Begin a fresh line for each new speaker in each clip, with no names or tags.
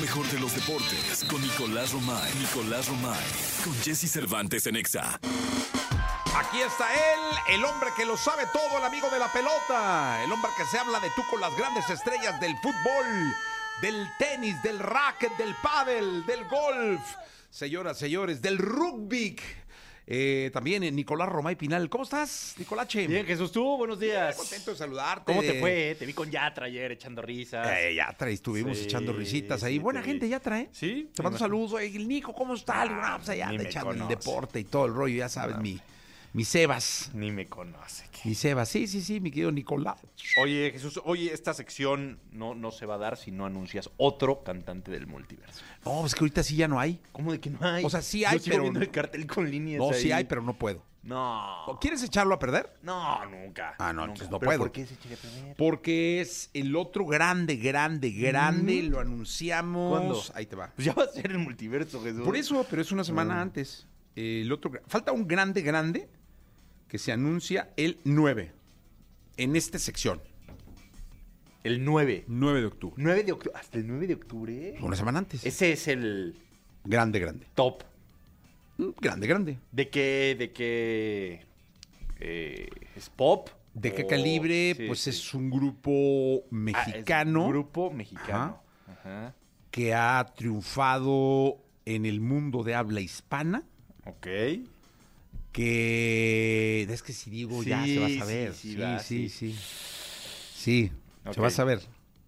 mejor de los deportes con Nicolás Romay. Nicolás Romay. Con Jesse Cervantes en Exa.
Aquí está él, el hombre que lo sabe todo, el amigo de la pelota, el hombre que se habla de tú con las grandes estrellas del fútbol, del tenis, del racket, del pádel, del golf, señoras, señores, del rugby. Eh, también eh, Nicolás Romay Pinal. ¿Cómo estás, Nicolache?
Bien, Jesús, tú, buenos días.
contento de saludarte.
¿Cómo te fue? Te vi con Yatra ayer echando risas.
Eh, ya trae, estuvimos
Sí,
echando risitas ahí.
sí,
Buena
te
gente,
vi.
ya trae. Te
Sí,
mando
me imagino.
saludos. Oye, el Nico, ¿cómo está? Le digo, "No, pues allá
Ni me
echando el
conoce. Ah.
deporte y todo el rollo, ya sabes, mi, mi Sebas.
Ni me conoce. ¿qué?
Mi Sebas, sí, sí, sí, mi querido Nicolás.
Oye, Jesús, oye, esta sección no, no se va a dar si no anuncias otro cantante del multiverso.
No, pues que ahorita sí ya no hay.
¿Cómo de que no hay?
O sea, sí hay,
Yo sigo
pero
viendo
no-
el cartel con líneas
No,
ahí.
sí hay, pero no puedo.
No.
¿Quieres echarlo a perder?
No, nunca.
Ah, no,
nunca.
entonces no
¿Pero
puedo.
¿Por qué se echaría a perder?
Porque es el otro grande, grande, grande. Lo anunciamos.
Mm. ¿Cuándo?
Ahí te va.
Pues ya va a ser el multiverso, Jesús.
Por eso, pero es una
Mm.
semana antes. El otro, gra- falta un grande, grande que se anuncia el 9 en esta sección,
El 9.
9 de octubre.
9 de octubre. Hasta el 9 de octubre.
Una semana antes.
Ese es el
Grande, grande.
top.
Mm, Grande, grande.
¿De qué? ¿De qué? eh, ¿Es pop?
¿De qué
O-
calibre?
Oh, sí,
pues
sí.
es un grupo
Ah, es un
mexicano
grupo mexicano. Ajá.
que ha triunfado en el mundo de habla hispana.
Ok.
Que es que si digo ya
Sí,
se va a
sí,
saber.
sí,
Sí,
va,
sí, sí.
sí.
Sí, se va a
Ok.
saber.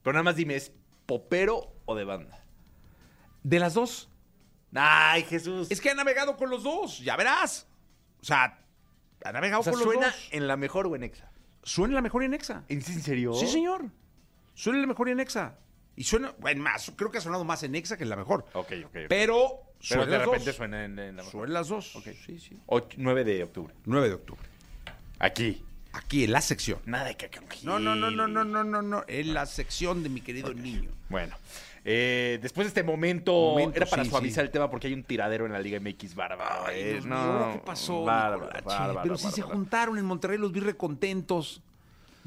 Pero nada más dime, ¿es popero o de banda?
De las dos,
Ay, Jesús.
Es que ha navegado con los dos, ya verás. O sea, ha navegado
o sea,
con los
suena
dos.
en la mejor o en Exa.
Suena la mejor en Exa.
¿En serio?
Sí, señor. Suena la mejor en Exa. Y suena, bueno, más, creo que ha sonado más en Exa que en la mejor.
Ok, ok. ok.
Pero,
Pero
suena
de
las
repente
dos.
suena en, en la mejor.
Suena las dos.
Ok.
Sí, sí.
Och- 9 de octubre.
9 de octubre.
Aquí.
Aquí en la sección.
Nada de cacahuil.
No, no, no, no, no, no, no, no. En la sección de mi querido niño.
Bueno, eh, después de este momento,
Momento,
era para
sí,
suavizar
sí.
el tema porque hay un tiradero en la Liga MX bárbaro.
Ay,
eh.
Dios mío,
No,
¿ahora ¿qué pasó?
bárbaro,
Nicolache?
bárbaro,
Pero sí se
bárbaro.
juntaron en Monterrey, los vi recontentos.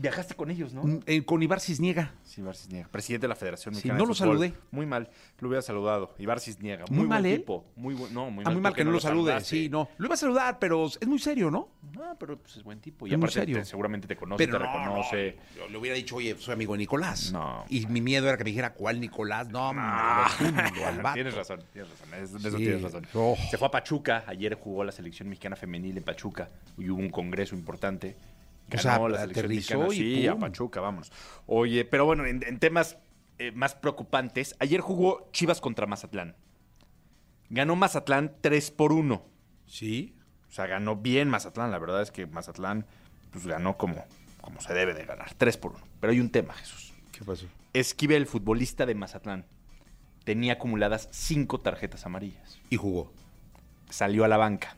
Viajaste con ellos, ¿no?
Eh, Con Ibar Cisniega.
Sí, Ibar Cisniega, presidente de la Federación
Sí,
Mexicana
no
de
lo
Fútbol.
saludé.
Muy mal, lo hubiera saludado. Ibar Cisniega,
Muy
muy,
mal
buen
él.
tipo. Muy buen, no, muy
Ah,
mal,
muy mal
tú
que no lo salude,
saludaste.
sí, no. Lo iba a saludar, pero es muy serio, ¿no?
No, pero pues, es buen tipo. Y
Es muy
aparte
serio.
te- seguramente te conoce,
pero
te
no,
reconoce.
no, Yo le hubiera dicho, oye, soy amigo de Nicolás.
No.
Y mi miedo era que me dijera, ¿cuál Nicolás? No, hombre,
Ah,
lo tundo al vato.
tienes razón, tienes razón. es- de eso
Sí.
tienes razón.
Oh.
Se fue a Pachuca. Ayer jugó la selección mexicana femenil en Pachuca. Y hubo un congreso importante.
O
Ganó
sea,
la selección
aterrizó
mexicana.
y
Sí, a
pum.
Pachuca, vámonos. Oye, pero bueno, en, en temas eh, más preocupantes, ayer jugó Chivas contra Mazatlán. Ganó Mazatlán 3 por 1.
Sí.
O sea, ganó bien Mazatlán. La verdad es que Mazatlán pues, ganó como, como se debe de ganar. 3 por 1. Pero hay un tema, Jesús.
¿Qué pasó?
Esquive, el futbolista de Mazatlán, tenía acumuladas cinco tarjetas amarillas.
Y jugó.
Salió a la banca.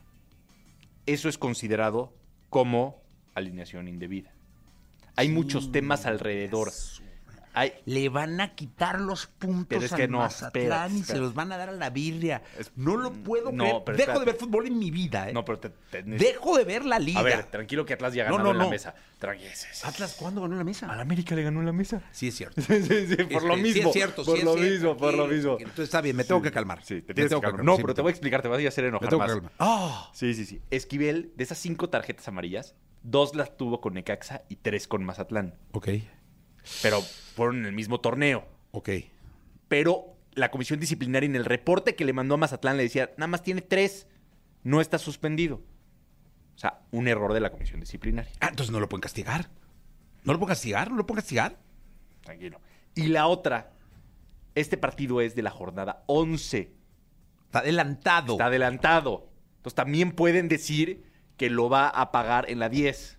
Eso es considerado como alineación indebida. Hay muchos temas alrededor. Hay,
Le van a quitar los puntos
Pero es
al
que no,
Mazatlán
espera,
y se
espera.
los van a dar a la birria.
Es-
No lo puedo
No,
creer. Dejo
pero
de
espérate.
ver fútbol en mi vida, ¿eh?
no, pero te- te-
Dejo de ver la liga.
A ver, tranquilo que Atlas ya
No,
ganó
no,
en la
no.
mesa. Tranqui- sí, sí, sí.
¿Atlas cuándo ganó la
Al
mesa?
América le ganó en la mesa.
Sí, es cierto.
Sí, sí, sí, por
Este,
lo
sí
mismo.
es cierto, sí
por
es
lo
cierto,
mismo, por lo
tranquilo,
mismo.
tranquilo. Entonces está bien, me tengo que calmar.
Sí, te
Me
tienes
tengo
que
que
calmar.
calmar,
No,
sí, me
pero te
tengo
voy a explicar, te vas a hacer
Me
enojar
tengo que
más.
calmar. ¡Ah!
Sí, sí, sí. Esquivel, de esas cinco tarjetas amarillas, dos las tuvo con Necaxa y tres con Mazatlán.
Ok,
Pero fueron en el mismo torneo.
ok.
Pero la comisión disciplinaria en el reporte que le mandó a Mazatlán le decía, nada más tiene tres, no está suspendido. O sea, un error de la comisión disciplinaria.
Ah, entonces no lo pueden castigar. No lo pueden castigar, no lo pueden castigar.
Tranquilo. Y la otra, este partido es de la jornada 11.
Está adelantado.
Está adelantado. Entonces también pueden decir que lo va a pagar en la 10.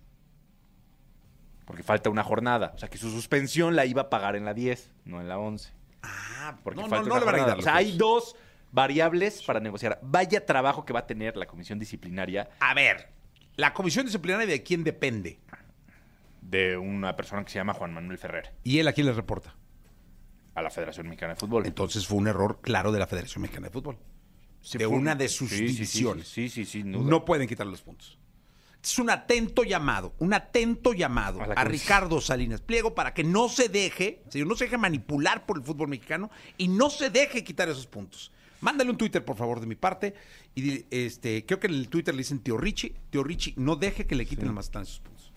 Porque falta una jornada. O sea, que su suspensión la iba a pagar en la 10, no en la 11.
Ah,
Porque
no, no,
falta
no
una
le van a quitar.
jornada. O
los
sea, hay
puntos.
dos variables para negociar. Vaya trabajo que va a tener la comisión disciplinaria
A ver, la comisión disciplinaria de quién depende.
de una persona que se llama Juan Manuel Ferrer
¿Y él a quién le reporta?
a la Federación Mexicana de Fútbol.
Entonces fue un error claro de la Federación Mexicana de Fútbol.
Sí,
de
fue un-
una de sus
Sí, sí, sí,
divisiones.
Sí, sí, sí. sin duda.
No pueden quitarle los puntos. es un atento llamado, un atento llamado
A la
a
cruz.
Ricardo Salinas Pliego para que no se deje, si no se deje manipular por el fútbol mexicano y no se deje quitar esos puntos. Mándale un Twitter, por favor, de mi parte. Y dile, este, creo que en el Twitter le dicen Tío Richie. Tío Richie, no deje que le quiten a Mazatlán esos puntos.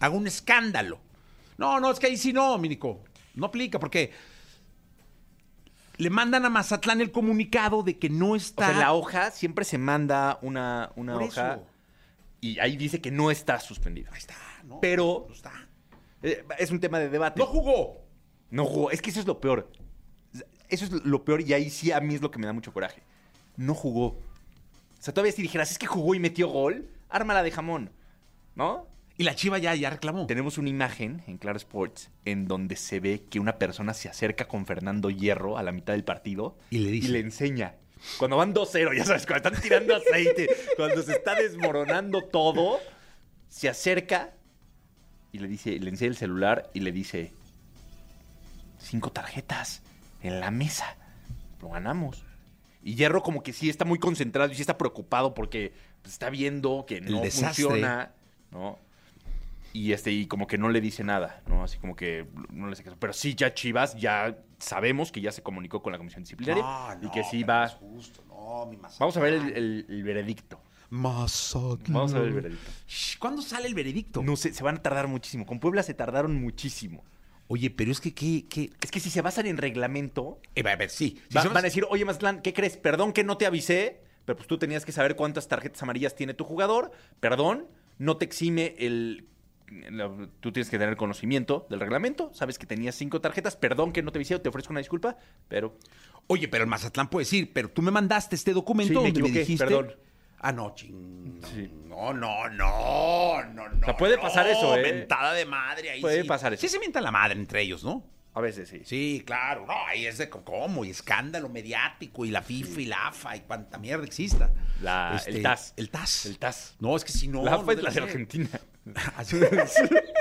Haga un escándalo. No, no, es que ahí sí no, Minico. No aplica, porque le mandan a Mazatlán el comunicado de que no
O
está.
sea, en la hoja siempre se manda una, una
Por
hoja
eso.
y ahí dice que no está suspendido.
Ahí está, ¿no?
Pero-
No está.
Eh, Es un tema de debate.
No jugó.
No jugó. Es que eso es lo peor. Eso es lo peor y ahí sí a mí es lo que me da mucho coraje. No jugó. O sea, todavía si dijeras, es que jugó y metió gol, ármala de jamón. ¿No?
Y la chiva ya, ya reclamó.
Tenemos una imagen en Claro Sports en donde se ve que una persona se acerca con Fernando Hierro a la mitad del partido
Y le dice.
y le enseña. Cuando van 2-0, ya sabes, cuando están tirando aceite, cuando se está desmoronando todo, se acerca y le dice, le enseña el celular y le dice: Cinco tarjetas en la mesa. Lo ganamos. Y Hierro, como que sí está muy concentrado y sí está preocupado porque pues, está viendo que no
desastre.
funciona, ¿no? Y este, y como que no le dice nada, ¿no? Así como que no le hace caso. Pero sí, ya Chivas, ya sabemos que ya se comunicó con la comisión disciplinaria.
Ah,
y que sí va. Vamos a ver el, el- el veredicto.
Mazatlán.
Vamos a ver el veredicto.
Shh, ¿Cuándo sale el veredicto?
No sé, se van a tardar muchísimo. Con Puebla se tardaron muchísimo.
Oye, pero es que qué, qué.
Es que si se basan en reglamento,
Eh, a ver, sí. Si
va-
son-
van a decir, oye, Mazatlán, ¿qué crees? Perdón que no te avisé, pero pues tú tenías que saber cuántas tarjetas amarillas tiene tu jugador. Perdón, no te exime el... la- tú tienes que tener conocimiento del reglamento. Sabes que tenías cinco tarjetas. Perdón que no te avisé, te ofrezco una disculpa, pero... pues,
Oye, pero el Mazatlán puede decir, pero tú me mandaste este documento
Sí, me
donde me,
equivoqué,
dijiste.
perdón.
Ah, no, ching.
Sí.
No, no, no, no, no.
sea, puede
no,
pasar eso, ¿eh?
Mentada de madre ahí.
Puede
sí.
pasar eso.
Sí, se mienta la madre entre ellos, ¿no?
A veces sí.
Sí, claro, no, ahí es de co- cómo, y escándalo mediático, y la FIFA y la AFA, y cuánta mierda exista. Este,
La- el TAS.
El TAS.
El TAS.
No, es que si no.
la
no
AFA es
debe
la de
ser.
Argentina.
Así-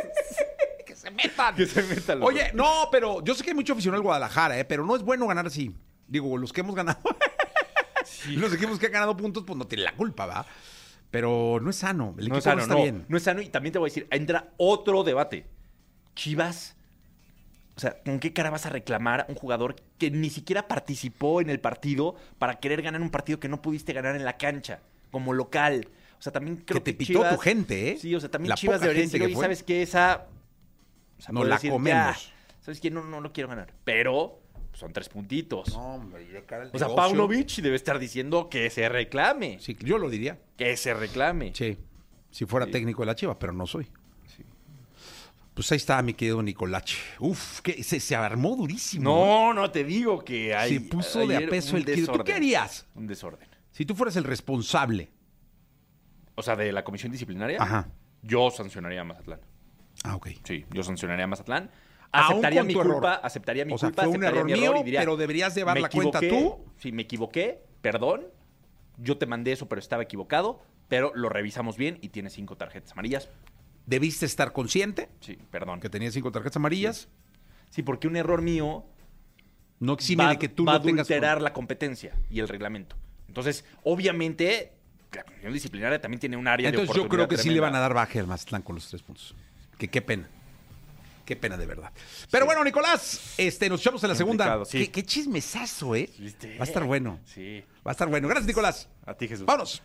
que se metan.
Que se metan los-
Oye, no, pero yo sé que hay mucho aficionado al Guadalajara, ¿eh? pero no es bueno ganar así. Digo, los que hemos ganado, los equipos que han ganado puntos, pues no tienen la culpa, ¿va? Pero no es sano. El equipo
no es sano,
está
no.
bien.
No es sano y también te voy a decir, entra otro debate. Chivas, o sea, ¿con qué cara vas a reclamar a un jugador que ni siquiera participó en el partido para querer ganar un partido que no pudiste ganar en la cancha, como local? O sea, también creo
te
que,
pitó
Chivas-
tu gente, ¿eh?
Sí, o sea, también
La
Chivas
poca
debería
gente
decir,
que
oye,
fue.
¿sabes qué? Esa... O sea,
Nos
puede
la
decirte,
comemos.
"Ah, ¿Sabes qué? No, no lo quiero ganar. Pero pues, son tres puntitos.
hombre, yo cara al
o sea,
negocio.
Paunovic debe estar diciendo que se reclame.
Sí, yo lo diría.
Que se reclame.
Sí, si fuera
Sí.
técnico de la Chiva, pero no soy. Pues ahí está mi querido Nicolache. Uf, que se, se armó durísimo. ¿eh?
No, no te digo que hay.
Se puso de
ayer
apeso
un
el kilo. ¿Tú qué
desorden.
harías?
Un desorden.
Si tú fueras el responsable.
O sea, de la comisión disciplinaria.
Ajá.
Yo sancionaría a Mazatlán.
Ah, ok.
Sí, yo sancionaría a Mazatlán.
Aún
Aceptaría
con
mi
tu
culpa,
error.
aceptaría mi
O sea,
culpa.
fue un
aceptaría
error
mi error
mío,
y diría,
pero deberías llevar
"Me
la cuenta
equivoqué,
tú".
Sí, me equivoqué, perdón. Yo te mandé eso, pero estaba equivocado. Pero lo revisamos bien y tiene cinco tarjetas amarillas.
Debiste estar consciente
Sí, perdón.
que tenía cinco tarjetas amarillas.
Sí, porque un error mío
No exime
va,
de que tú
va a
no tengas.
adulterar la competencia y el reglamento. Entonces, obviamente, la comisión disciplinaria también tiene un área de
Entonces yo
oportunidad
creo que sí le van
tremenda.
a dar baje al Mazatlán con los tres puntos. Que qué pena. Qué pena de verdad. Pero bueno, Nicolás, este, nos echamos en la segunda.
Complicado, sí.
Qué, qué chismesazo, ¿eh?
¿Viste?
Va a estar bueno.
Sí.
Va a estar bueno. Gracias, Nicolás.
A ti, Jesús.
Vámonos.